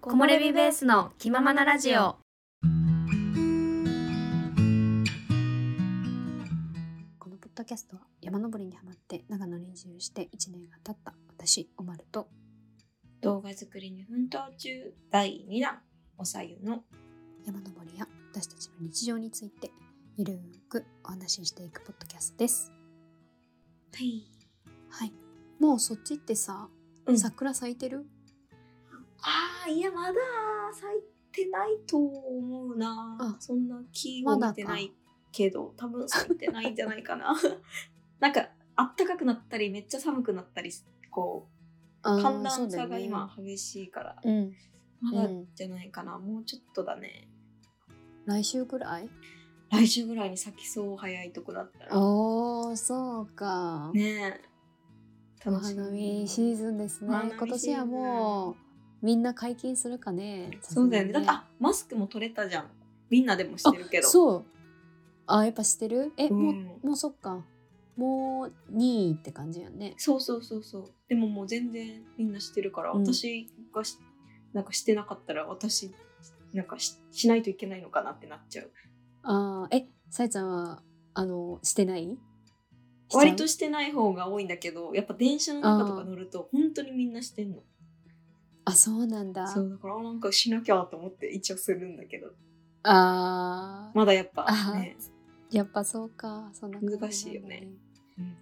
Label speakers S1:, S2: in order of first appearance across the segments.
S1: 木漏れ日ベースの気ままなラジオ
S2: このポッドキャストは山登りにハマって長野に移住して1年が経った私おまると
S3: 動画作りに奮闘中第2弾おさゆの
S2: 山登りや私たちの日常についてゆるーくお話ししていくポッドキャストです
S3: はい
S2: はいもうそっちってさ、
S3: うん
S2: 桜咲いてる
S3: あーいやまだ咲いてないと思うな
S2: あ
S3: そんな木
S2: ま
S3: を
S2: だか
S3: 見てないけど、多分咲いてないんじゃないかな なんかあったかくなったりめっちゃ寒くなったりこう寒暖差が今激しいから、
S2: う,、うん
S3: まだ
S2: うん
S3: じゃないかなもうちょっとだね
S2: 来週ぐらい
S3: 来週ぐらいに咲きそう早いとこだったら
S2: おーそうか、
S3: ねえ
S2: お花見シーズンですね
S3: お花見
S2: 今年はもうみんな解禁するかね
S3: そうだよね。だってあマスクも取れたじゃん。みんなでもしてるけど。
S2: そうあやっぱしてるえ、
S3: うん
S2: もうもうそっかもう2位って感じやね
S3: そうそうそうそう。でももう全然みんなしてるから、
S2: うん
S3: 私がしなんかしてなかったら私なんかししないといけないのかなってなっちゃう。
S2: あーえさえちゃんはあのしてない
S3: 割と
S2: し
S3: してない方が多いんだけど、やっぱ電車の中とか乗ると本当にみんなしてんの。
S2: ちゃうあそうなんだ
S3: そうだからあなんかしなきゃと思って一応するんだけど、
S2: あー
S3: まだやっぱ
S2: あー
S3: ね。
S2: やっぱそうかそんな感じなんだ
S3: 難しいよね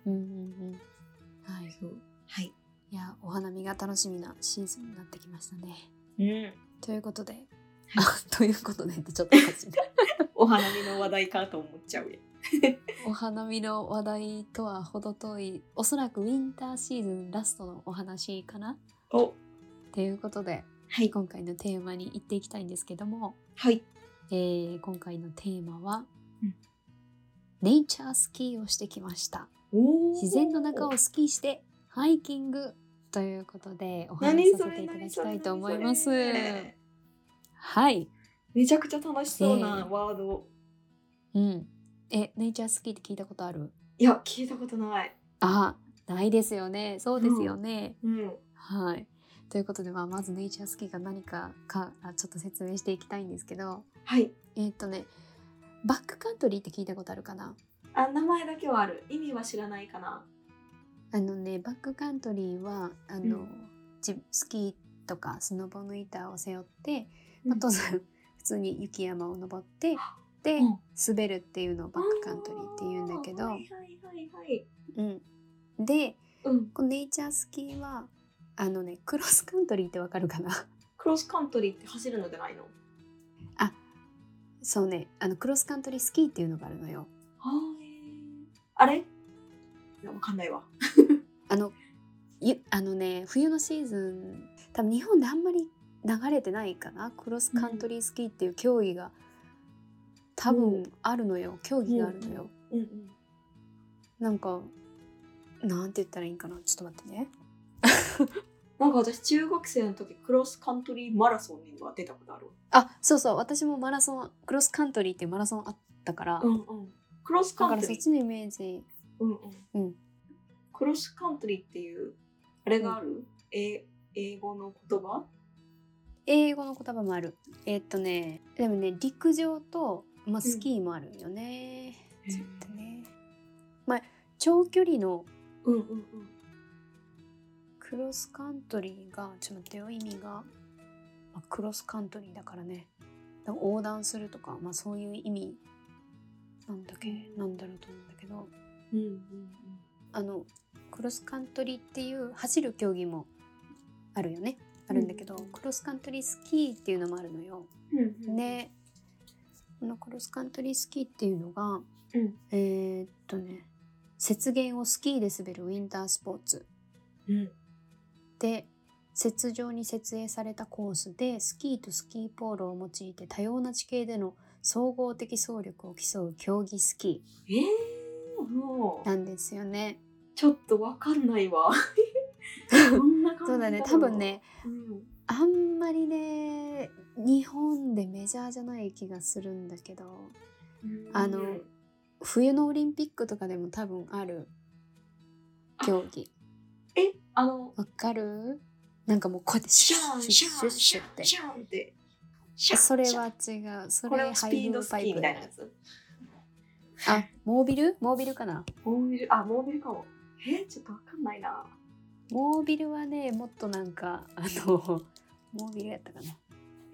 S3: うん
S2: うんうんうんはい
S3: そうはい。
S2: いやお花見が楽しみなシーズンになってきましたね
S3: うん。
S2: ということであ ということでってちょっとおかし いな
S3: お花見の話題かと思っちゃうよ。
S2: お花見の話題とは程遠いおそらくウィンターシーズンラストのお話かな
S3: お
S2: ということで
S3: はい
S2: 今回のテーマに行っていきたいんですけども、
S3: はい。
S2: えー今回のテーマは、
S3: うん
S2: ネイチャースキーをしてきました
S3: おー
S2: 自然の中をスキーしてハイキングということでお話し
S3: 何
S2: さ
S3: そ
S2: せて
S3: れ
S2: いただ
S3: 何
S2: き
S3: それ
S2: たいと思います
S3: 何それ
S2: はい、
S3: めちゃくちゃ楽しそう
S2: ねえ
S3: なワード。
S2: うん、えネイチャースキーって聞いたことある
S3: いや、聞いたことない。
S2: あないですよねそうですよね、
S3: うん。
S2: はいということで、まあ、まずネイチャースキーが何かからちょっと説明していきたいんですけど
S3: はい。
S2: えーっとねバックカントリーって聞いたことあるかな
S3: あ、名前だけはある。意味は知らないかな。
S2: あのねバックカントリーはあの、
S3: うん
S2: じスキーとかスノボの板を背負って、まあ、登山 普通に雪山を登ってで、
S3: うん
S2: 滑るっていうのをバックカントリーって言うんだけど
S3: あーはいはいはいはい。
S2: うん、で
S3: うん。
S2: このネイチャースキーはあのねクロスカントリーってわかるかな
S3: クロスカントリーって走るのじゃないの
S2: そうねあのクロスカントリースキーっていうのがあるのよ。
S3: はい。あれいやわかんないわ。
S2: あのゆあのね冬のシーズン多分日本であんまり流れてないかなクロスカントリースキーっていう競技が、多
S3: う
S2: 分あるのよ競技があるのよ、
S3: うんうん。
S2: なんかなんて言ったらいいんかなちょっと待ってね
S3: なんか私、中学生の時、クロスカントリーマラソンには出たことあるわ。
S2: あそうそう私もマラソンクロスカントリーっていうマラソンあったから、
S3: うんうん。クロス
S2: だ
S3: カ
S2: か
S3: ン
S2: ら
S3: ト
S2: そっ
S3: リー
S2: ち。のイメージ
S3: うんうん。
S2: うん
S3: クロスカントリーっていうあれがある、え英語の言葉
S2: 英語の言葉もあるえーっとねでもね陸上と、まあ、スキーもあるよね、
S3: うん
S2: ちょっとねまあ長距離の
S3: うんうんうん
S2: クロスカントリーがちょっと待ってよ意味が、まあ、クロスカントリーだからねだから横断するとか、まあ、そういう意味なんだっけなんだろうと思うんだけど
S3: うんうん
S2: あのクロスカントリーっていう走る競技もあるよねあるんだけど、
S3: うん
S2: クロスカントリースキーっていうのもあるのよ。
S3: うんうんうん
S2: でこのクロスカントリースキーっていうのが、
S3: うん
S2: えーっとね雪原をスキーで滑るウィンタースポーツ。
S3: うん
S2: で雪上に設営されたコースでスキーとスキーポールを用いて多様な地形での総合的走力を競う競技スキ
S3: えー、も
S2: ー
S3: う
S2: なんですよね。
S3: ちょっとわかんない わそんな感じ
S2: そうだね多分ね
S3: うん
S2: あんまりね日本でメジャーじゃない気がするんだけど
S3: うん
S2: あの
S3: うん
S2: 冬のオリンピックとかでも多分ある競技
S3: えあの
S2: わかるなんかもうこうやってシ
S3: シ
S2: ュ
S3: ャ
S2: ッ
S3: ン
S2: シ
S3: シ
S2: ュッ
S3: ャン
S2: シュッシ
S3: シ
S2: ュッっ
S3: ャ
S2: て
S3: ンシャンってシャン
S2: それ
S3: シャ
S2: は
S3: ン
S2: 違うそ
S3: これ
S2: れ
S3: はス
S2: ハ
S3: ピー
S2: イブ
S3: ド
S2: ー
S3: ス
S2: パ
S3: キー
S2: イ
S3: み
S2: プ
S3: た
S2: だ
S3: いな
S2: よ
S3: やつ
S2: あモービルモービルかな
S3: モービルあモービルかもえちょっとわかんないな
S2: モービルはねもっとなんかあのモービルやったかな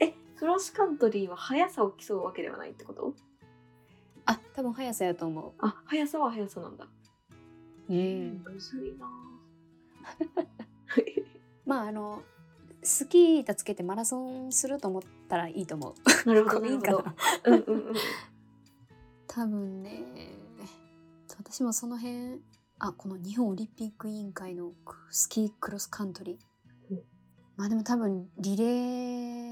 S3: えクロスカントリーは速さを競うわけではないってこと
S2: あ多分速さやと思
S3: あ速さは速さなんだ
S2: うう
S3: むずいな
S2: まああのスキー板つけてマラソンすると思ったらいいと思う
S3: ぁなるほど
S2: こ
S3: な
S2: れい
S3: る
S2: い
S3: ほ
S2: か
S3: ど
S2: な
S3: うんうんうん
S2: 多分ね私もその辺あこの日本オリンピック委員会のクスキークロスカントリ
S3: う
S2: ー、
S3: ん
S2: まあでも多分リレ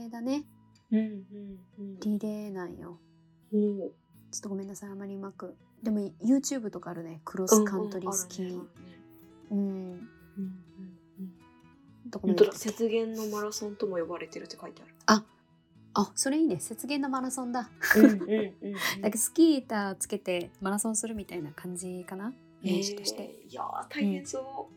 S2: ーだね
S3: うん
S2: リレーなんよ
S3: うんうんおー
S2: ちょっとごめんなさいあまりうまくでも YouTube とかあるねクロスカントリースキー、
S3: うん
S2: うんどこ
S3: 本
S2: ま
S3: 当
S2: で
S3: だ雪原のマラソンとも呼ばれてるって書いて
S2: あそれいいね雪原のマラソンだ
S3: ある。うんうんうん
S2: だけどスキー板つけてマラソンするみたいな感じかなイメージとして、
S3: えーいやー大変そ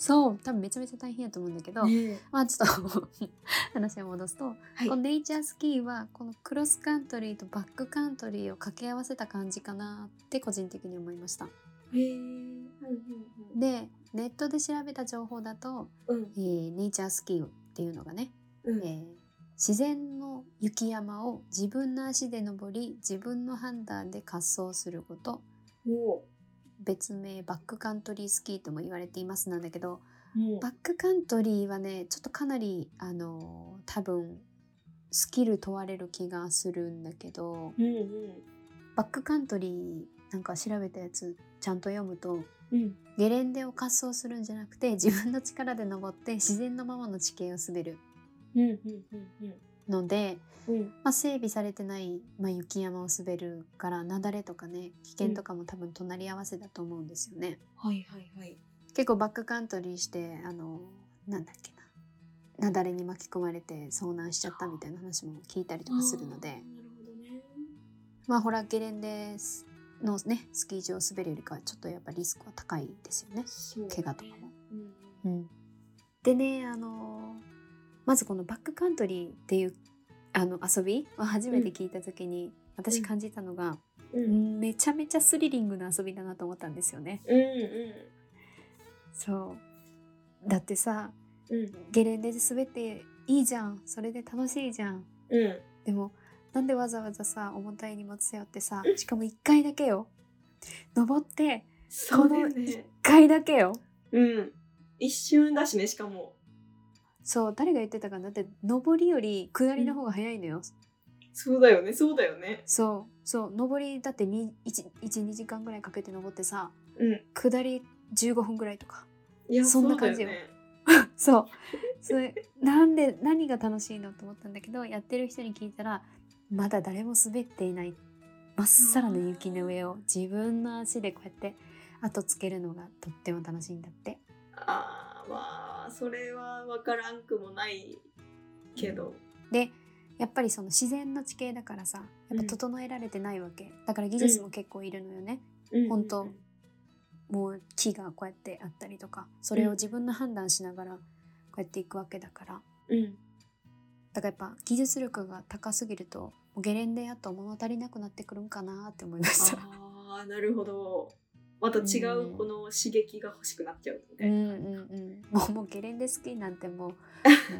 S2: そう多分めちゃめちゃ大変やと思うんだけど、
S3: う。ね
S2: まあちょっと 話を戻すと、
S3: はい
S2: このネイチャースキーはこのクロスカントリーとバックカントリーを掛け合わせた感じかなって個人的に思いました
S3: えーうんうん
S2: でネットで調べた情報だと、
S3: うん
S2: えーネイチャースキーっていうのがね、
S3: うん
S2: えー自然の雪山を自分の足で登り自分の判断で滑走すること
S3: お
S2: 別名バックカントリースキーとも言われていますなんだけど
S3: ー
S2: バックカントリーはねちょっとかなりあのー多分スキル問われる気がするんだけど
S3: うんうん
S2: バックカントリーなんか調べたやつちゃんと読むと
S3: うん
S2: ゲレンデを滑走するんじゃなくて自分の力で登って自然のままの地形を滑る
S3: うんうんうん
S2: ので、
S3: うん
S2: まあ、整備されてない、まあ、雪山を滑るから雪崩とかね危険とかも多分隣り合わせだと思うんですよね。
S3: はいはいはい。
S2: 結構バックカントリーしてあのなんだっけな雪崩に巻き込まれて遭難しちゃったみたいな話も聞いたりとかするの
S3: あーな
S2: で
S3: るほどね。
S2: まあほらゲレンデのねスキー場を滑るよりかはちょっとやっぱリスクは高いですよね。
S3: そうね
S2: 怪我とかも。
S3: うん
S2: うん、でねあのまずこのバックカントリーっていうあの遊びを初めて聞いた時に、私感じたのが、
S3: うん
S2: う。んめちゃめちゃスリリングな遊びだなと思ったんですよね。
S3: うん
S2: そうだってさ
S3: うんうん
S2: ゲレンデで滑っていいじゃんそれで楽しいじゃん
S3: うん
S2: でもなんでわざわざさ重たい荷物背負ってさしかも1回だけよ登って
S3: そうだよね。
S2: 1回だけよ
S3: うん一瞬だしねしかも。
S2: そう誰が言ってたかなだって上りより下りの方が早いのよ、
S3: そうだよねそうだよね。
S2: そうそう上りだって12時間ぐらいかけて登ってさ
S3: うん
S2: 下り15分ぐらいとか
S3: いや
S2: そんな感じよ
S3: そうだね
S2: そうそれなんで何が楽しいのと思ったんだけどやってる人に聞いたらまだ誰も滑っていないまっさらの雪の上を自分の足でこうやって後つけるのがとっても楽しいんだって
S3: あーまあそれは分からんくもないけど。
S2: でやっぱりその自然の地形だからさやっぱ整えられてないわけ、だから技術も結構いるのよね、
S3: うん
S2: 本当もう木がこうやってあったりとかそれを自分の判断しながらこうやっていくわけだから
S3: うん
S2: だからやっぱ技術力が高すぎるともうゲレンデやと物足りなくなってくるんかなって思いました。
S3: ああなるほどまた違
S2: う
S3: うんこの刺激が欲しくなっちゃうみ
S2: う
S3: たい
S2: ん
S3: な、
S2: うんうん、 もうもうゲレンデ好きなんてもうも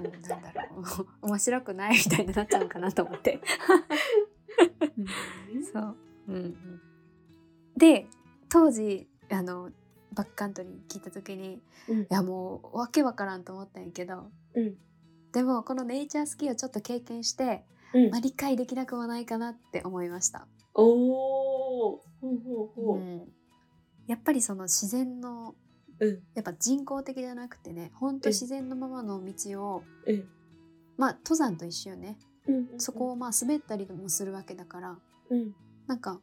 S2: うなんだろう面白くないみたいになっちゃうかなと思ってそう、うんうん、で当時あのバックカントリー聞いた時にい
S3: うん
S2: やもうわけわからんと思ったんやけど
S3: うん
S2: でもこのネイチャースキーをちょっと経験して、
S3: うん
S2: まあ、理解できなくもないかなって思いました。
S3: おおほうほうほう、
S2: うんやっぱりその自然の、
S3: うん
S2: やっぱ人工的じゃなくてねほん
S3: う
S2: と
S3: ん
S2: 自然のままの道を、
S3: うん
S2: まあ登山と一緒よね、
S3: うんうん
S2: そこをまあ滑ったりもするわけだから
S3: うん
S2: なんか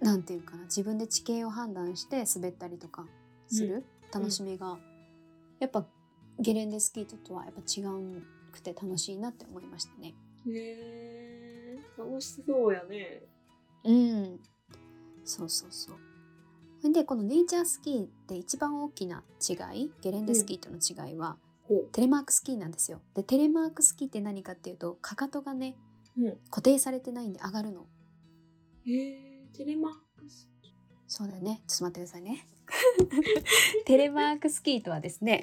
S2: なんていうかな自分で地形を判断して滑ったりとかする、楽しみが、やっぱゲレンデスキーととはやっぱ違うくて楽しいなって思いましたね。
S3: へえ楽しそうやね
S2: うん、そうそうそう。ほんでこのネイチャースキーって一番大きな違いゲレンデスキーとの違いは、
S3: ほう
S2: テレマークスキーなんですよでテレマークスキーって何かっていうとかかとがね、
S3: うん
S2: 固定されてないんで上がるの
S3: えー、テレマックス。
S2: そうだよねちょっと待ってくださ いねテレマークスキーとはですね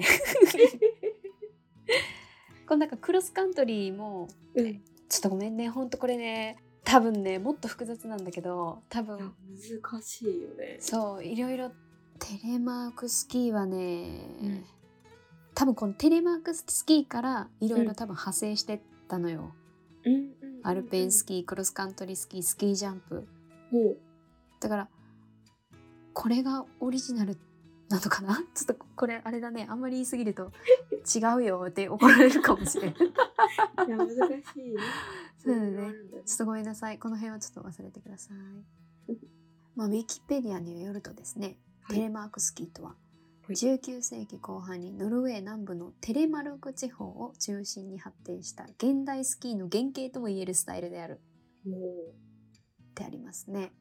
S2: このなんかクロスカントリーも
S3: うん。
S2: ちょっとごめんねほんとこれね多分ねもっと複雑なんだけど多分
S3: 難しいよね。
S2: そういろいろテレマークスキーはね、
S3: うん
S2: 多分このテレマークスキーからいろい
S3: うん
S2: ろ多分派生してったのよ、
S3: うんうん
S2: アルペンス
S3: キ
S2: キークロスカントリースキースキージャンプ
S3: ー。ほう。
S2: だからこれがオリジナルなのかな ちょっとこれあれだねあんまり言いすぎると違うよって怒られるかもしれ ないちょ
S3: いや、難しいね。
S2: そうだね
S3: いろいろあるんだね
S2: っとごめんなさいこの辺はちょっと忘れてください まあウィキペディアによるとですね
S3: はい
S2: テレマークスキーとは、
S3: い
S2: 19世紀後半にノルウェー南部のテレマルク地方を中心に発展した現代スキーの原型ともいえるスタイルである
S3: も
S2: ってありますね。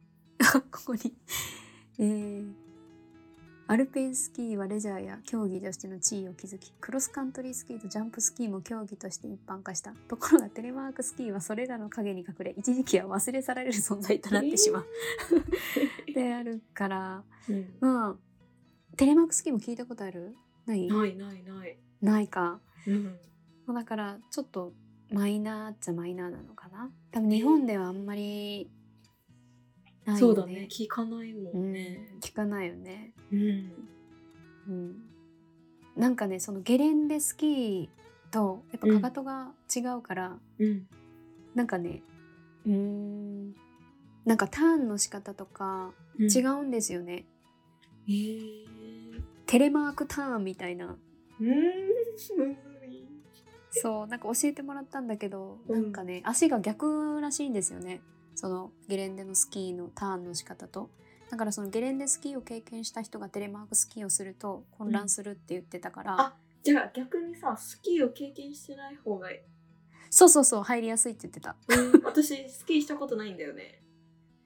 S2: ここに、えーアルペンスキーはレジャーや競技としての地位を築き、クロスカントリースキーとジャンプスキーも競技として一般化した。ところがテレマークスキーはそれらの影に隠れ、一時期は忘れ去られる存在となってしまう。 であるから、
S3: う。
S2: まあ、テレマークスキーも聞いたことあるない
S3: ないないない。
S2: ないか。
S3: うん。
S2: まあだから、ちょっとマイナーっちゃマイナーなのかな。多分日本ではあんまりない
S3: そ
S2: よ
S3: うだね。聞かないも
S2: うんん
S3: ね。
S2: 聞かないよね、
S3: うん。
S2: うん、なんかねそのゲレンデスキーとやっぱかかとが違うから、
S3: うん。
S2: なんかねうーんなんかターンの仕方とか違
S3: う。
S2: うんですよね、
S3: えー。
S2: テレマークターンみたいな
S3: うん。むずい。
S2: そうなんか教えてもらったんだけど、
S3: うん
S2: なんかね足が逆らしいんですよねそのゲレンデのスキーのターンの仕方とだからそのゲレンデスキーを経験した人がテレマークスキーをすると混乱するって言ってたから、
S3: んあじゃあ逆にさ、スキーを経験してない方 がいい。
S2: そうそうそう入りやすいって言ってた
S3: うん私、スキーしたことないんだよね。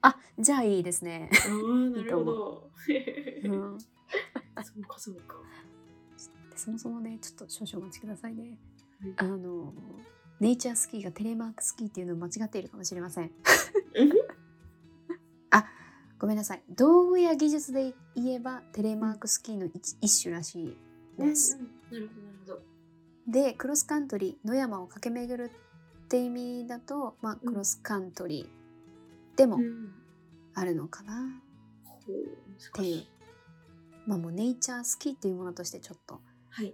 S2: あじゃあいいですね。
S3: ああ、なるほど。
S2: うん、
S3: そうかそうか。
S2: そもそもねちょっと少々お待ちくださいね。あのネイチャースキーがテレマークスキーっていうのを間違っているかもしれません。あごめんなさい道具や技術で言えばテレマークスキーの一一種らしいです。
S3: うんうん、なるほどなる
S2: でクロスカントリー野山を駆け巡るって意味だと、まあ、クロスカントリーで
S3: ほど。
S2: も
S3: うん、
S2: あるのかな。
S3: ほう難し
S2: っていうまあもうネイチャースキーっていうものとしてちょっと
S3: はい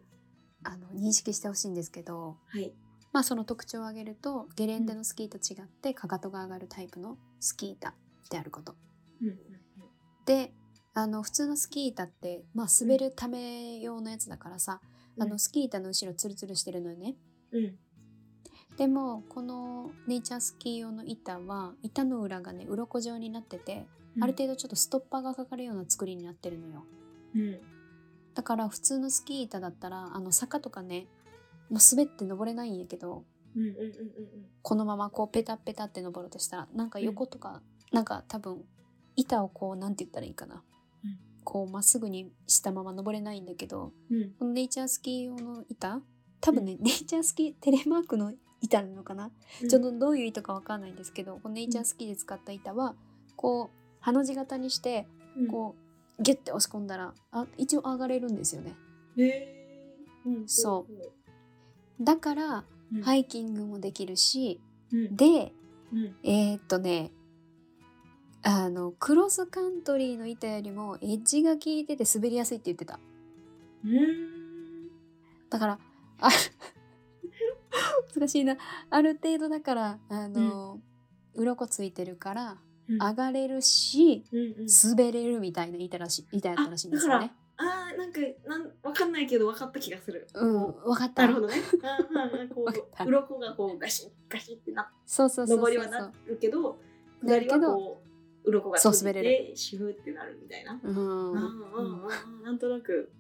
S2: あの認識してほしいんですけど。
S3: はい。
S2: まあその特徴を挙げるとゲレンデのスキーと違ってかかとが上がるタイプのスキー板であること。
S3: うんうん
S2: であの普通のスキー板って、まあ、滑るため用のやつだからさ、
S3: うん
S2: あのスキー板の後ろツルツルしてるのよね。
S3: うんうん
S2: でもこのネイチャースキー用の板は板の裏がね鱗状になってて、
S3: うん。
S2: ある程度ちょっとストッパーがかかるような作りになってるのよ。
S3: 度。うん。
S2: だから普通のスキー板だったらあの坂とかねもう滑って登れないんやけど
S3: うんうんうんうん
S2: このままこうペタペタって登ろうとしたらなんか横とか、なんか多分板をこうなんて言ったらいいかな、
S3: うん
S2: こうまっすぐにしたまま登れないんだけど
S3: うん。うん。
S2: このネイチャースキー用の板多分ね、ネイチャースキーテレマークの板なのかな、ちょっとどういう糸かわかんないんですけどこのネイチャースキーで使った板はこうハの字型にして
S3: うん
S2: こうギュッて押し込んだらあ一応上がれるんですよね
S3: うん。へーうん。
S2: そうだから
S3: うん。
S2: ハ
S3: い。
S2: イキングもできるし
S3: うん。
S2: で
S3: うん。
S2: えー、っとねあのクロスカントリーの板よりもエッジが効いてて滑りやすいって言ってた
S3: うん。
S2: だからあ難しいなある程度だからあの、鱗ついてるから
S3: うん
S2: 上がれるし
S3: うんうん。
S2: 滑れるみたいな板らし板やったらしいんですよね
S3: あーなんかなんわかんないけどわかった気がする。
S2: うん分かった
S3: なるほどね。うんうんうんこ
S2: わかった
S3: う鱗がこうガシッガシッってなっ
S2: そうそうそうそう
S3: 上りはなるけど、
S2: な
S3: 下
S2: る
S3: り
S2: けど
S3: はこう鱗が
S2: そう
S3: ついて
S2: 滑
S3: てシューってなるみたいな。
S2: う
S3: あ
S2: ん
S3: ーあーあーなんとなく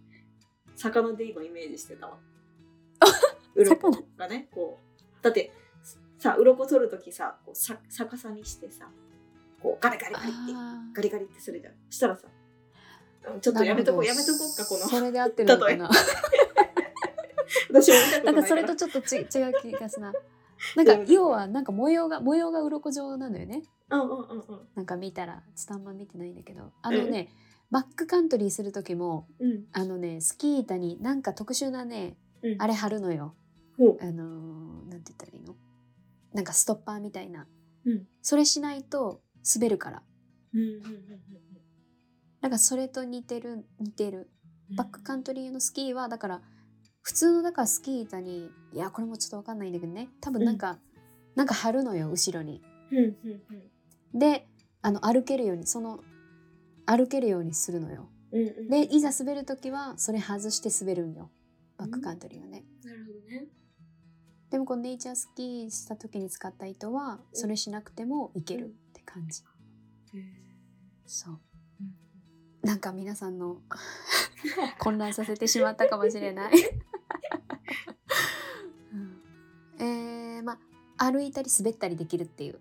S3: 魚で今イメージしてたわ。鱗がねこうだってさ鱗取る時さこうさ逆さにしてさこうガリガリガリって
S2: あ
S3: ガリガリってするじゃん。したらさうんちょ
S2: ー
S3: っとやめとこう
S2: な
S3: や
S2: る
S3: め
S2: ほ
S3: と
S2: ど
S3: こうかこの
S2: それで合ってるのかな
S3: 私も見たこ
S2: な
S3: と
S2: ん
S3: ない
S2: かそ
S3: から
S2: れとちょっとち違う気 がすな。なんか要はなんか模様が模様が鱗状なのよね。
S3: うんうんうんうん
S2: なんか見たらスタンバ見てないんだけど、あのね、バックカントリーする時も
S3: うん
S2: あのねスキー板になんか特殊なね、
S3: うん
S2: あれ貼るのよ。
S3: ほ
S2: あのーなんて言ったらいいの？なんかストッパーみたいな。
S3: ううん
S2: それしないと滑るから。
S3: うんうんうんうん
S2: なんかそれと似てる似てる。
S3: うん
S2: バックカントリー用のスキーはだから普通のだからスキー板にいやこれもちょっとわかんないんだけどね多分なんか、なんか貼るのよ後ろに。
S3: うんうんうん
S2: であの歩けるようにその歩けるようにするのよ。
S3: うんうん
S2: でいざ滑る時はそれ外して滑るんよバックカントリーはね。
S3: なるほどね
S2: でもこのネイチャースキーした時に使った糸はそれしなくてもいけるって感じ。そう。なんか皆さん の混乱させてしまったかもしれない、うんえー、まあ歩いたり滑ったりできるっていう、
S3: ね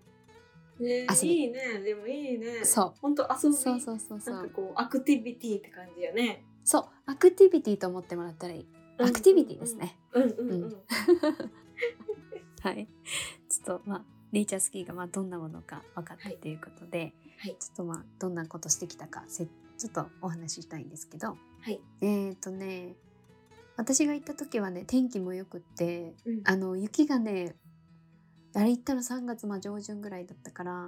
S2: 遊
S3: い
S2: び
S3: いねでもいいね
S2: そう
S3: 本当遊び
S2: そうそうそうそ
S3: なん
S2: う
S3: かこうアクティビティって感じやね
S2: そうアクティビティと思ってもらったらいいアクティビティですね、
S3: うんうんうん、
S2: うんはいちょっとまあネイチャースキーがまあどんなものか分かった
S3: はい
S2: ということで、
S3: はい
S2: ちょっとまあどんなことしてきたかせちょっとお話ししたいんですけど
S3: はい
S2: えー、とね私が行った時はね天気もよくって
S3: うん
S2: あの雪がねあれ行ったの3月まあ上旬ぐらいだったから、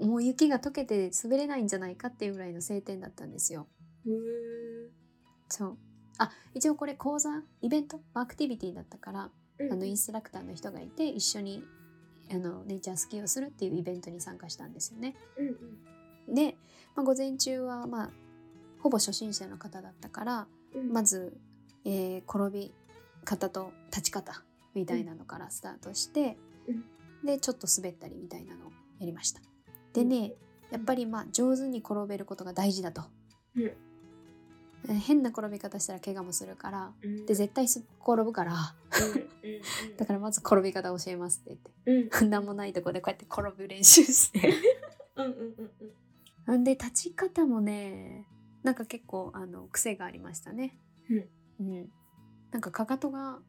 S3: うん
S2: もう雪が溶けて滑れないんじゃないかっていうぐらいの晴天だったんですよ。
S3: うー
S2: そうあ一応これ講座イベントアクティビティだったから、
S3: うん
S2: あのインストラクターの人がいて一緒にあのネイチャースキーをするっていうイベントに参加したんですよね。
S3: うんうん
S2: で、まあ、午前中は、まあ、ほぼ初心者の方だったから、
S3: うん
S2: まず、えー転び方と立ち方みたいなのからスタートして、
S3: うん
S2: でちょっと滑ったりみたいなのをやりましたでねやっぱりまあ上手に転べることが大事だと、
S3: うん
S2: えー変な転び方したら怪我もするから
S3: うん
S2: で絶対す転ぶから
S3: うんうんうん
S2: だからまず転び方教えますって
S3: うん
S2: 言って 何もないとこでこうやって転ぶ練習して
S3: うんうんうんうん
S2: んで立ち方もねなんか結構あの癖がありましたねうん、なんかかかとが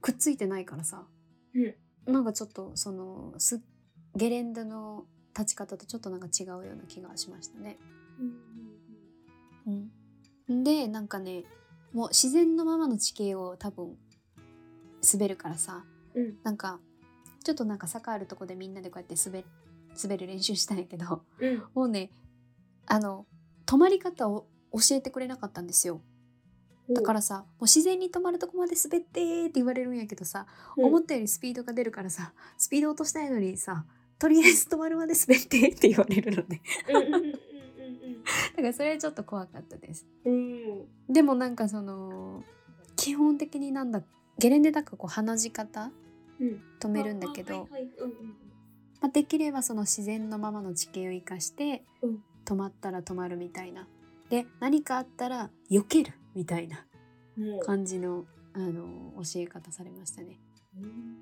S2: くっついてないからさ、なんかちょっとそのすゲレンデの立ち方とちょっとなんか違うような気がしましたね
S3: うん
S2: うんでなんかねもう自然のままの地形を多分滑るからさ、
S3: うん
S2: なんかちょっとなんか坂あるとこでみんなでこうやって滑滑る練習したんやけど、
S3: うんうん
S2: もうねあの止まり方を教えてくれなかったんですよだからさもう自然に止まるとこまで滑ってーって言われるんやけどさ、
S3: うん
S2: 思ったよりスピードが出るからさスピード落としたいのにさとりあえず止まるまで滑ってーって言われるのね
S3: うんうんうん
S2: だからそれはちょっと怖かったです
S3: うんうん
S2: でもなんかその基本的になんだゲレンデだからこう鼻地方
S3: うん
S2: 止めるんだけど、
S3: はいはいうん
S2: まあ、できればその自然のままの地形を生かして、
S3: うん
S2: 止まったら止まるみたいなで何かあったら避けるみたいな
S3: うんうんも
S2: 感じの、あの教え方されましたね。
S3: ううん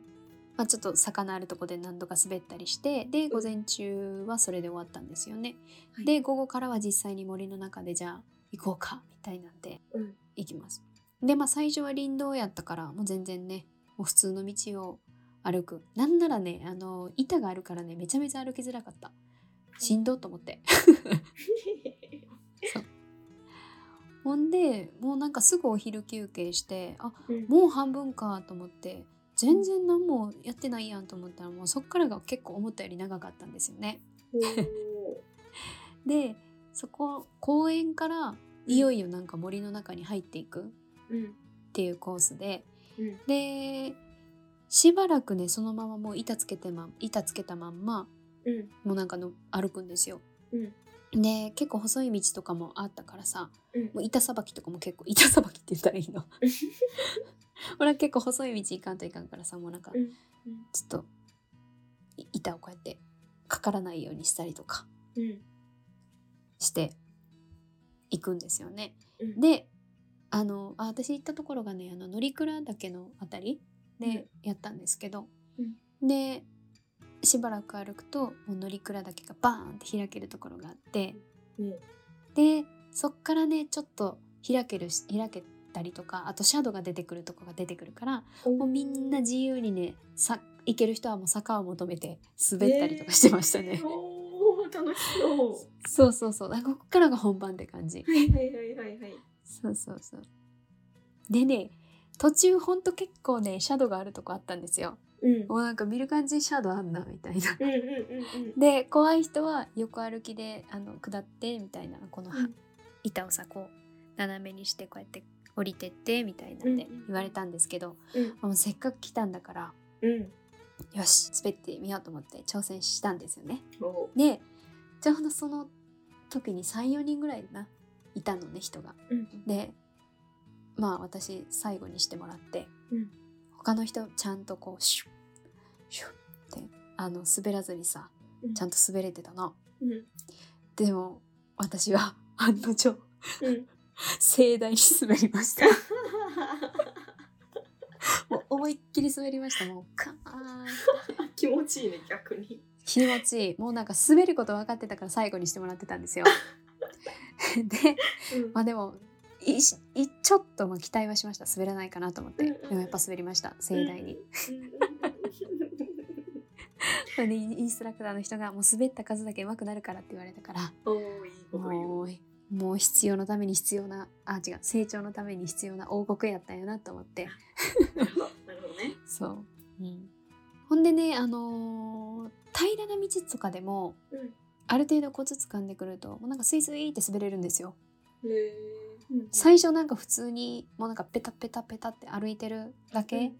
S2: まあ、ちょっと魚あるとこで何度か滑ったりしてで午前中はそれで終わったんですよね。
S3: はい
S2: で午後からは実際に森の中でじゃあ行こうかみたいなんで
S3: うん
S2: 行きます。でまあ最初は林道やったからもう全然ねもう普通の道を歩くなんならねあの板があるからねめちゃめちゃ歩きづらかったしんどっと思って。ほんでもうなんかすぐお昼休憩してあ
S3: うん
S2: もう半分かと思って全然何もやってないやんと思ったらもうそっからが結構思ったより長かったんですよね。
S3: おー
S2: でそこ公園からいよいよなんか森の中に入っていくっ
S3: うん
S2: ていうコースで
S3: うん
S2: でしばらくねそのままもう板つけてま板つけたまんま
S3: うん
S2: もうなんかの歩くんですよ。
S3: うん
S2: で結構細い道とかもあったからさ
S3: うん
S2: もう板さばきとかも結構板さばきって言ったらいい の俺は結構細い道行かんといかんからさもうなんか
S3: うんうん
S2: ちょっとい板をこうやってかからないようにしたりとか
S3: うん
S2: していくんですよね。
S3: うん
S2: であのあ私行ったところがねあの乗鞍岳のあたりでやったんですけど、でしばらく歩くともう乗鞍岳がバーンって開けるところがあって
S3: うん
S2: でそっからねちょっと開けるし開けったりとかあとシャドウが出てくるとかが出てくるからもうみんな自由にねさ行ける人はもう坂を求めて滑ったりとかしてましたね。
S3: おー楽しそ
S2: そうそうそうだからここからが本番って感じ
S3: う。。はいはいはいはいはい。
S2: そうそうそう。でね途中ほんと結構ねシャドウがあるとこあったんですよ。
S3: うん。
S2: もうなんか見る感じシャドウあんなみたいな。
S3: うんうんうん
S2: で怖い人は横歩きであの下ってみたいなこのは、
S3: うん
S2: 板をさこう斜めにしてこうやって降りてってみたいな
S3: うんん
S2: で言われたんですけど、
S3: うん
S2: もうせっかく来たんだから
S3: うん。うん。
S2: よし滑ってみようと思って挑戦したんですよね。
S3: お
S2: でちょうどその時に34人ぐらいないたのね人が。
S3: うん
S2: でまあ私最後にしてもらって、
S3: うん
S2: 他の人ちゃんとこうシュッシュッってあの滑らずにさ
S3: うん
S2: ちゃんと滑れてたの。
S3: うんうん
S2: でも私は 案の定
S3: うん。
S2: 盛大に滑り ました。もう思いっきり滑りました。もうカーン
S3: 気持ちいいね逆に。
S2: 気持ちいい。もうなんか滑ること分かってたから最後にしてもらってたんですよ。
S3: う
S2: で
S3: ん
S2: まあでもいしいちょっとまあ期待はしました滑らないかなと思って、
S3: うんうんうん
S2: でもやっぱ滑りました盛大に、。
S3: うんうん
S2: それでインインストラクターの人が「もう滑った数だけ上手くなるから」って言われたから
S3: おーいいこと言う。
S2: もうもう必要のために必要なあ違う成長のために必要な王国やったんやなと思って
S3: なるほどなるほどね。
S2: そう、うん、ほんでねあのー平らな道とかでも
S3: うん。
S2: ある程度コツ掴んでくるともうなんかスイスイって滑れるんですよ
S3: へえ。うん
S2: 最初なんか普通にもうなんかペタペタペタって歩いてるだけ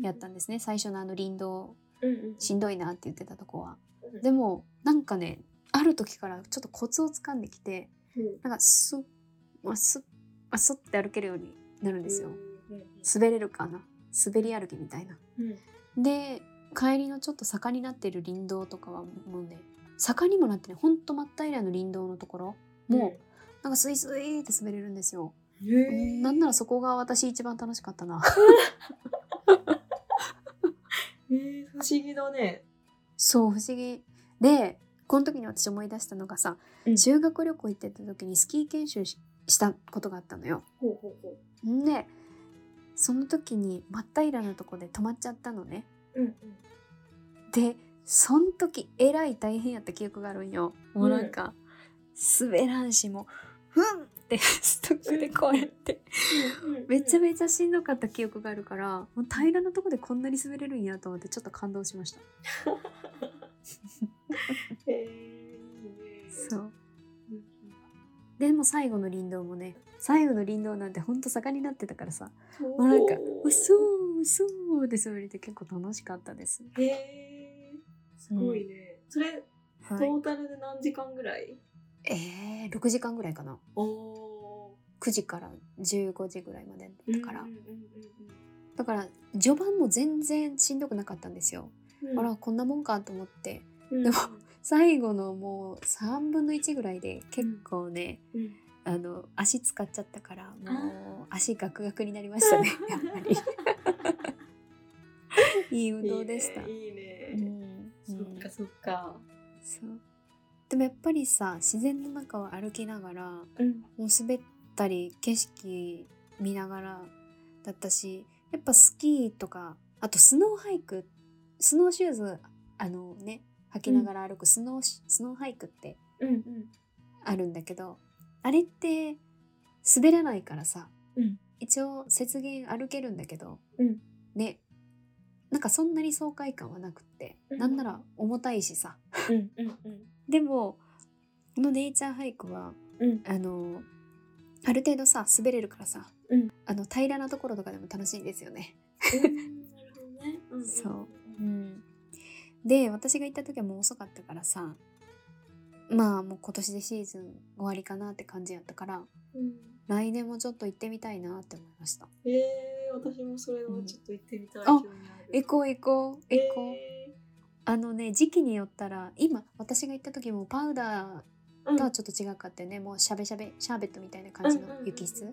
S2: やった。んですね最初のあの林道
S3: うんうん。
S2: しんどいなって言ってたとこは
S3: うん
S2: でもなんかねある時からちょっとコツをつかんできて
S3: うん
S2: なんかスッあスッあスッって歩けるようになるんですよ
S3: うんうん
S2: 滑れるかな滑り歩きみたいな
S3: うん
S2: で帰りのちょっと坂になってる林道とかはもうね坂にもなってねほんと真っ平らの林道のところもうなんかスイスイって滑れるんですよ、
S3: うん。へえ。
S2: なんならそこが私一番楽しかったな
S3: へえ不思議だね。
S2: そう不思議でこの時に私思い出したのがさ、
S3: うん
S2: 修学旅行行ってた時にスキー研修ししたことがあったのよ
S3: ほうほうほ
S2: んでその時に真っ平らなとこで止まっちゃったのね
S3: う。うんうん。
S2: でそん時えらい大変やった記憶があるんよもうなんか、滑らんしもうふんってストックでこうやってめちゃ
S3: ち
S2: めちゃしんどかった記憶があるからもう平らなとこでこんなに滑れるんやと思ってちょっと感動しました
S3: ゃ。へえいいね。
S2: そう
S3: うんうん。
S2: でも最後の林道もね最後の林道なんてほんと坂になってたからさ
S3: そう
S2: もうなんかうそーうそーで滑れて結構楽しかったです
S3: へえすごいね。それト
S2: はい
S3: ータルで何時間ぐらい？
S2: えー、6時間ぐらいかな
S3: おお
S2: 9時から15時ぐらいまでだ
S3: ー。
S2: ったから、
S3: うんうんうん
S2: だから序盤も全然しんどくなかったんですよ、
S3: うんうん。
S2: あらこんなもんかと思って
S3: うん
S2: でも最後のもう3分の1ぐらいで結構ね、
S3: うん
S2: あの足使っちゃったからもう足ガクガクになりましたねやっ ぱりいい運動でした。
S3: いいね。
S2: う
S3: いいね
S2: ん
S3: そっかそっか。
S2: そうでもやっぱりさ自然の中を歩きながらも
S3: うん
S2: う滑ったり景色見ながらだったしやっぱスキーとかあとスノーハイクスノーシューズあのね履きながら歩くスノーシ、スノーハイクって
S3: うんうん
S2: あるんだけどあれって滑らないからさ、
S3: うん
S2: 一応雪原歩けるんだけど、
S3: うん
S2: ねなんかそんなに爽快感はなくって、
S3: うん
S2: なんなら重たいしさ
S3: うんうんうん
S2: でもこのネイチャーハイクは
S3: うん
S2: あのある程度さ滑れるからさ、
S3: うん
S2: あの平らなところとかでも楽しいんですよね。
S3: うんなるほどねうんうん。
S2: そうで私が行った時はもう遅かったからさまあもう今年でシーズン終わりかなって感じやったから
S3: うん。
S2: 来年もちょっと行ってみたいなって思いました。
S3: ええ私もそれはちょっと行ってみたい。
S2: うん
S3: 興
S2: あ
S3: 味る
S2: 行こう行こう行こう。
S3: え
S2: あのね時期によったら今私が行った時もパウダ
S3: ーう
S2: ー
S3: ん
S2: とはちょっと違かったよね、もうしゃべしゃべシャーベットみたいな感じの雪質。
S3: うんうん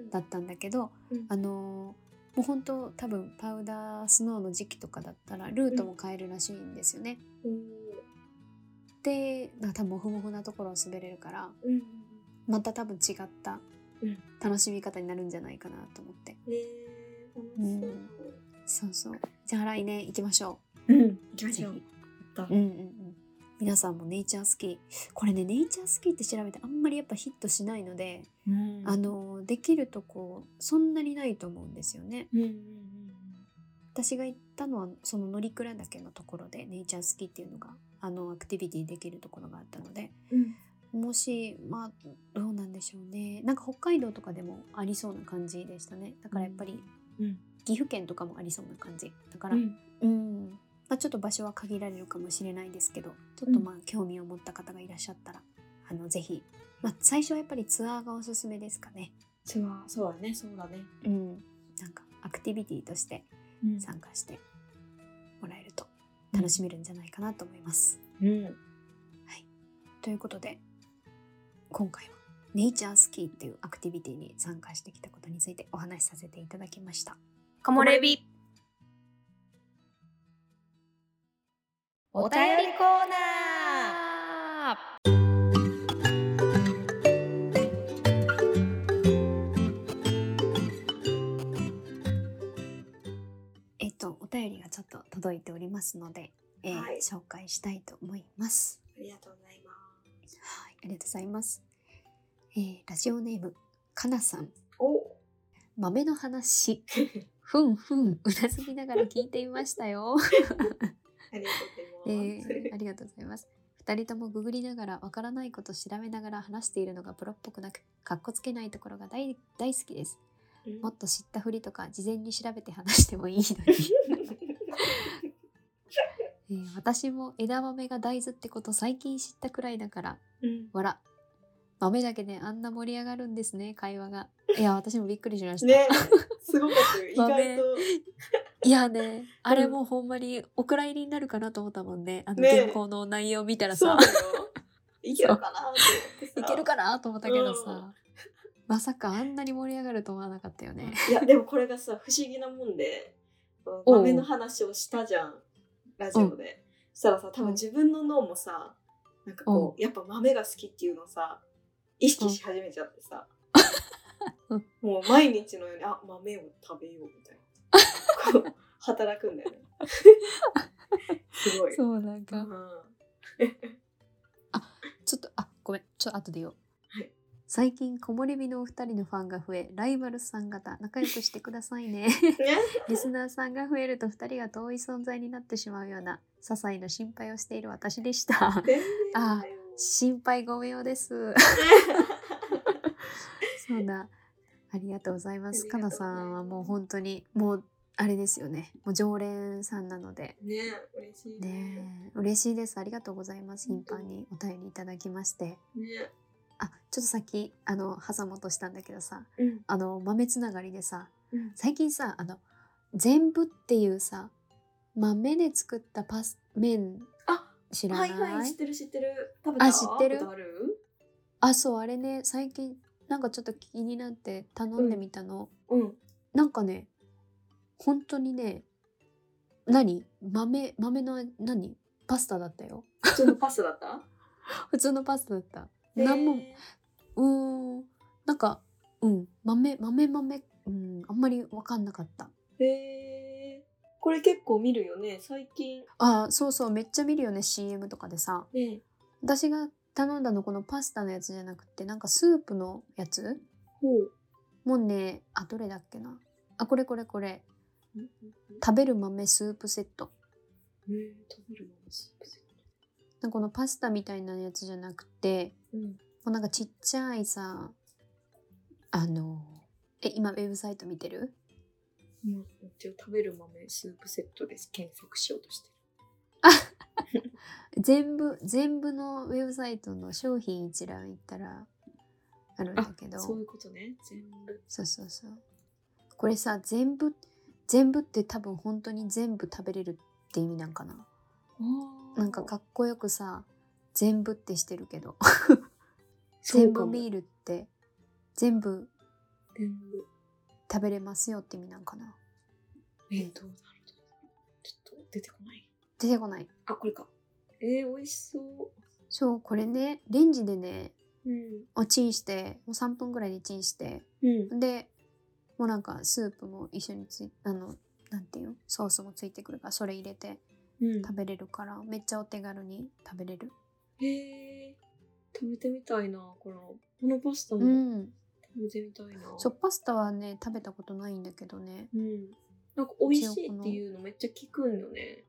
S3: うん
S2: だったんだけど、
S3: うん
S2: あのーもう本当多分パウダースノーの時期とかだったらルートも変えるらしいんですよね。でな多分モフモフなところを滑れるから
S3: うんうん
S2: また多分違った
S3: うん
S2: 楽しみ方になるんじゃないかなと思って、
S3: ねえ楽しそう。
S2: そうそうじゃあ来年行きましょ
S3: うん、行き
S2: う
S3: まし
S2: ぜ
S3: ょう
S2: ひ。うんうんうん皆さんもネイチャースキーこれねネイチャースキーって調べてあんまりやっぱヒットしないので、
S3: うん
S2: あ、のできるとこそんなにないと思うんですよね
S3: うんうんうん
S2: 私が行ったのはその乗鞍岳のところでネイチャースキーっていうのがあのアクティビティできるところがあったので
S3: うん、
S2: もしまあどうなんでしょうねなんか北海道とかでもありそうな感じでしたねだからやっぱり、
S3: うん
S2: 岐阜県とかもありそうな感じだ
S3: か
S2: か
S3: ら
S2: うん、まあ、ちょっと場所は限られるかもしれないですけどちょっとまあ興味を持った方がいらっしゃったら、あのぜひ、まあ、最初はやっぱりツアーがおすすめですかね
S3: そうだそうだね、そうだね。
S2: うんなんかアクティビティとして
S3: うん
S2: 参加してもらえると楽しめるんじゃないかなと思います、
S3: うん、
S2: ということで今回はネイチャースキーっていうアクティビティに参加してきたことについてお話しさせていただきました
S1: 木漏れ日。お便りコーナー。
S2: えっとお便りがちょっと届いておりますので、えー
S3: はい
S2: 紹介したいと思います
S3: ありがとうございます。
S2: はい、ありがとうございます。えーラジオネーム、かなさん。
S3: お、
S2: 豆の話。 ふんふん、うなずきながら聞いていましたよ。
S3: ありが
S2: え
S3: とうございます。
S2: ーありがとうございます。二人ともググりながらわからないこと調べながら話しているのがプロっぽくなく、かっこつけないところが大大好きです。
S3: うん
S2: もっと知ったふりとか事前に調べて話してもいい のに。えー私も枝豆が大豆ってこと最近知ったくらいだから、
S3: うん
S2: わら。豆だけであんな盛り上がるんですね、会話が。いや、私もびっくりしました。
S3: ね、すごかったよ。意
S2: まあ
S3: 外と。
S2: いやね、あれもうほんまにお蔵入りになるかなと思ったもんね。あの
S3: ね
S2: 原稿の内容見たら
S3: そ
S2: さ
S3: う、だよ。いけるかなと思 ってさ
S2: いけるかなと思ったけど
S3: うん
S2: さ、まさかあんなに盛り上がると思わなかったよね。
S3: い やでもこれがさ不思議なもんで
S2: おう
S3: 豆の話をしたじゃんラジオで、そしたらさ多
S2: うん
S3: 分自分の脳もさなんかこう、やっぱ豆が好きっていうのをさ意識し始めちゃってさ、
S2: うん
S3: もう毎日のようにあ豆を食べようみたいな こう働くんだよねすごい
S2: そうなんか、
S3: ん
S2: ちょっと、あ、ごめん、ちょっと後で言おう
S3: はい。
S2: 最近、木漏れ日のお二人のファンが増え、ライバルさん方、仲良くしてください ね。
S3: ね
S2: リスナーさんが増えると二人が遠い存在になってしまうような、些細な心配をしている私でした。
S3: 全然
S2: あ
S3: だよ
S2: 心配ご無用 です。そうだ。ありがとうございます。
S3: あり
S2: か
S3: がとう
S2: な
S3: ございます
S2: さんはもう本当にもうあれですよね。もう常連さんなので。
S3: ね嬉しいね
S2: ねえ嬉しいです。ありがとうございます。頻繁にお便りいただきまして。
S3: ね
S2: あ、ちょっとさっきあの挟もうとしたんだけどさ、
S3: うん
S2: あの豆つながりでさ、
S3: うん
S2: 最近さあの全部っていうさ豆で作ったパス麺
S3: あ
S2: 知らな
S3: はい
S2: い？
S3: はい知ってる知ってる食べた
S2: あ知ってる
S3: ことある
S2: あそうあれね最近なんかちょっと気になって頼んでみたの、
S3: うん
S2: なんかね本当にね何豆豆の何パスタだったよ
S3: 普通のパスタだ った
S2: 普通のパスタだったなんもうーんなんかうん豆豆豆うんあんまり分かんなかった
S3: へえこれ結構見るよね最近
S2: あーそうそうめっちゃ見るよね CM とかでさ
S3: ね
S2: 私が頼んだのこのパスタのやつじゃなくてなんかスープのやつ
S3: ほう
S2: もうねあどれだっけなあこれこれこれ
S3: うん
S2: 食べる豆スープセット
S3: 食べるものスープセッ
S2: なんかこのパスタみたいなやつじゃなくて
S3: トうん
S2: もうなんかちっちゃいさあのえ今ウェブサイト見てる
S3: うん一応食べる豆スープセットです検索しようとして
S2: 全部全部のウェブサイトの商品一覧行ったらあるんだけど
S3: るそういうことね全部
S2: そうそうそうこれさ全部全部って多分本当に全部食べれるって意味なんかななんかかっこよくさ全部ってしてるけど全部ビ
S3: る
S2: ールって全部
S3: 全部
S2: 食べれますよって意味なんかな
S3: えー、どうなるちょっと出てこない
S2: 出てこない
S3: あこれかえー、美味しそう
S2: そうこれねレンジでね
S3: うん
S2: あチンしてもう3分ぐらいでチンして
S3: うん
S2: でもうなんかスープも一緒についあのなんていうのソースもついてくるからそれ入れて
S3: うん
S2: 食べれるからめっちゃお手軽に食べれる
S3: へえ食べてみたいなこのこのパスタ
S2: う
S3: も
S2: ん
S3: 食べてみたいな、
S2: そうパスタはね食べたことないんだけどね
S3: うんなんか美味しいっていうのめっちゃ聞くんよね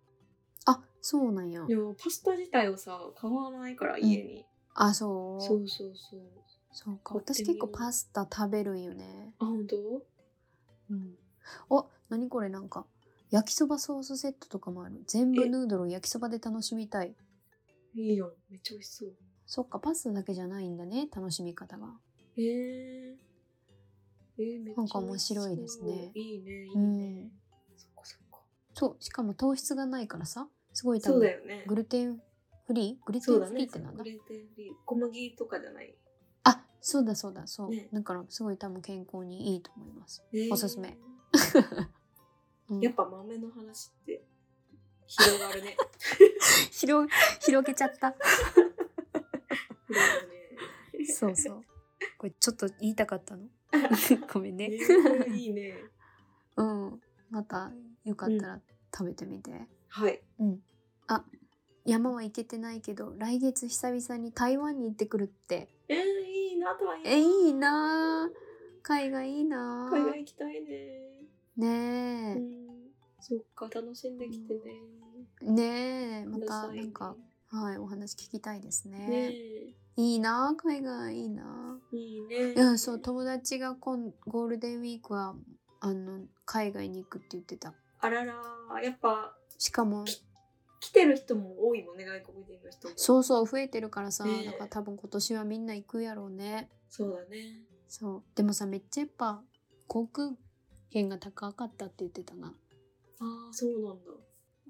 S2: あそうなんや
S3: でもパスタ自体をさ買わないから家に、
S2: あそう
S3: そ
S2: そう
S3: うそうそう
S2: か
S3: 買ってみ
S2: 私
S3: よう
S2: 結構パスタ食べるんよね
S3: あ本当
S2: うんあ何これなんか焼きそばソースセットとかもある全部
S3: え
S2: ヌードルを焼きそばで楽しみたい
S3: いいやんめっちゃ美味しそう
S2: そっかパスタだけじゃないんだね楽しみ方が
S3: へええー、めっちゃ
S2: なんか面白いですね
S3: 美味しそういいねいいね、
S2: うん
S3: そっかそっか
S2: そうしかも糖質がないからさすごい多
S3: そうだ
S2: 分
S3: よね
S2: グルテンフリーグルテ
S3: そう
S2: ン
S3: だ
S2: フリ
S3: ね
S2: ーってなんだ
S3: グレーテンフリー小麦とかじゃない、
S2: あそうだそうだそう、
S3: ね
S2: だからすごい多分健康にいいと思います、
S3: えー
S2: おすすめ、うん
S3: やっぱ豆の話って広がるね
S2: 広広げちゃった
S3: 広がるね
S2: そうそうこれちょっと言いた かったのごめんね、
S3: えーいいね
S2: うんまたよかったら食べてみて、
S3: はい
S2: うん、あ山は行けてないけど来月久々に台湾に行ってくるって
S3: えー、いいなとは
S2: えいいなあ海外いいなあ
S3: 海外行きたいねう
S2: ねえ、
S3: んそっか楽しんできてね
S2: ねえま
S3: くだ
S2: た
S3: さいね
S2: なんかはいお話聞きたいですね
S3: ね
S2: いいなあ海外いいな
S3: えいいね
S2: あいやそう友達が今ゴールデンウィークはあの海外に行くって言ってた
S3: あららやっぱ
S2: しかも
S3: 来てる人も多いもんね外国人の人も
S2: そうそう増えてるからさ、
S3: ねえ
S2: だから多分今年はみんな行くやろうね
S3: そうだね
S2: そうでもさめっちゃやっぱ航空券が高かったって言ってたな
S3: ああそうなんだ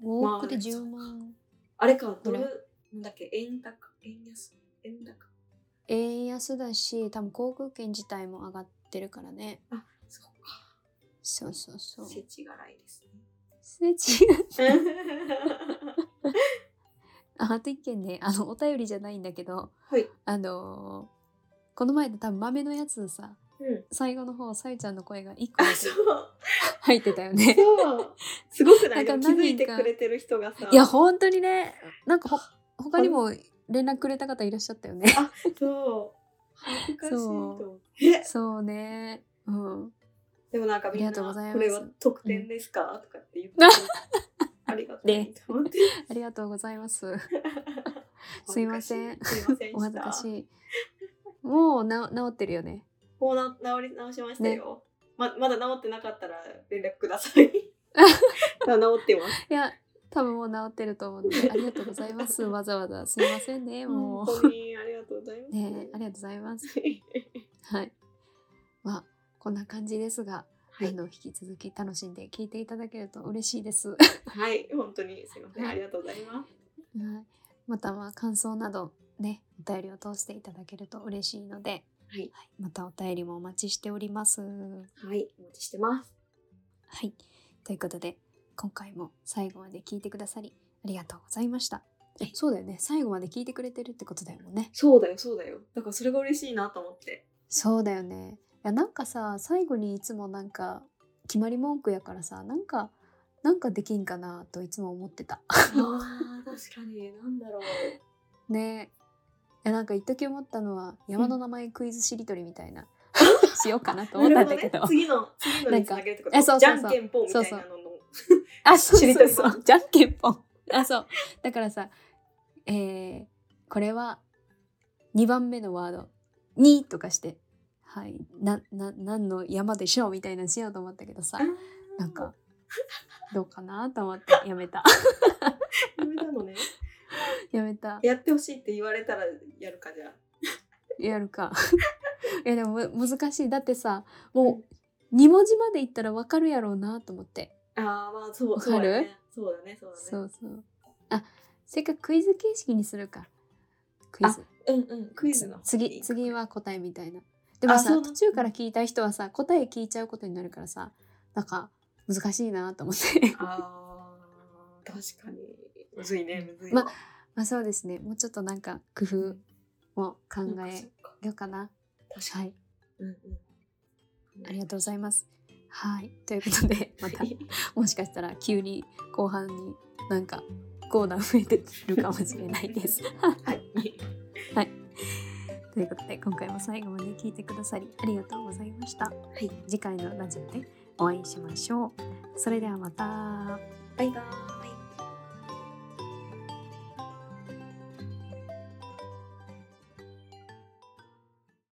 S2: 往復で
S3: まあそう
S2: 10
S3: か
S2: 万
S3: あれかド
S2: ぐら
S3: ルなんだっけ円高円安円高
S2: 円安だし多分航空券自体も上がってるからね
S3: あそっか
S2: そうそうそう
S3: 世知がい です
S2: すれ違う
S3: ね
S2: ああと一件ねあのお便りじゃないんだけど
S3: はい
S2: あのーこの前の多分豆のやつさ
S3: うん
S2: 最後の方さゆちゃんの声が1個
S3: あ
S2: だけ
S3: そう
S2: 入ってたよ ね
S3: そうすごくない
S2: なん
S3: 気
S2: か何人か
S3: づいてくれてる人がさ
S2: いや本当にねなんかほ他にも連絡くれた方いらっしゃったよね
S3: そう恥ずかしいと
S2: そ
S3: 思う え
S2: そうねうん
S3: でもなんかみんな
S2: ありがとうございます
S3: これは特典ですか、とかって言ってありがとう
S2: ね
S3: と思って
S2: ありがとうございます
S3: 恥
S2: す
S3: ず
S2: い
S3: か
S2: ま
S3: しい
S2: せん
S3: すいません
S2: お恥ずかし
S3: い
S2: いもうな治ってるよね
S3: もうな治り直しましたよ、ままだ治ってなかったら連絡ください まだ治ってます
S2: いや多分もう治ってると思うんでありがとうございますわざわざすいませんねも
S3: 本当にありがとうございま
S2: う
S3: す
S2: ねえありがとうございますはいまあこんな感じですが、
S3: はい
S2: あの引き続き楽しんで聞いていただけると嬉しいです
S3: はい本当にすいません
S2: はい
S3: ありがとうございます
S2: はい、または感想などねお便りを通していただけると嬉しいので、
S3: はい
S2: またお便りもお待ちしております。は
S3: はいお待ちしてます
S2: い、ということで今回も最後まで聞いてくださりありがとうございました。えそうだよね最後まで聞いてくれてるってことだよね。
S3: そうだよそうだよだからそれが嬉しいなと思って
S2: そうだよね。いやなんかさ最後にいつもなんか決まり文句やからさなんかなんかできんかなといつも思ってた。
S3: あー確かに何だろう
S2: ねえなんか一時思ったのは山の名前クイズしりとりみたいな、しようかなと思ったんだけど
S3: なるほね、次の次のにつなげるってこと
S2: なんかえそうそう
S3: じ
S2: そう
S3: ゃんけんぽんみたいなのの
S2: あそう
S3: しりと
S2: そ
S3: りも
S2: うそうじゃんけんぽん あそうだからさえー、これは2番目のワード「に」とかしてはいなな何の山でしょうみたいなのしようと思ったけどさ
S3: あー
S2: なんかどうかなと思って やめた
S3: やめたのね
S2: やめた
S3: やってほしいって言われたらやるかじゃあ
S2: やるか いやでもむ難しいだってさもう2文字までいったらわかるやろうなと思って
S3: ああまあそう
S2: わ
S3: そう
S2: か
S3: だ
S2: る
S3: ねそうだねそうだね
S2: そうそうあせっかくクイズ形式にするかクイズ
S3: うんうんクイズの
S2: 次次は答えみたいなでも
S3: あそ
S2: さ
S3: う
S2: 途中から聞いた人はさ答え聞いちゃうことになるからさなんか難しいなと思って
S3: あー確かにむずいねむずい
S2: まあそうですねもうちょっとなんか工夫も考
S3: なんかそ
S2: え
S3: っか
S2: ようかな。
S3: 確か
S2: は
S3: に。
S2: い、
S3: うんうん。
S2: ありがとうございます。はい、というこ とで、またもしかしたら急に後半になんかコーナー増えてるかもしれな いです。
S3: はい。
S2: ということで今回も最後まで聞いてくださりありがとうございました。
S3: はい。
S2: 次回のラジオでお会いしましょう。それではまた。
S3: バイバーイ。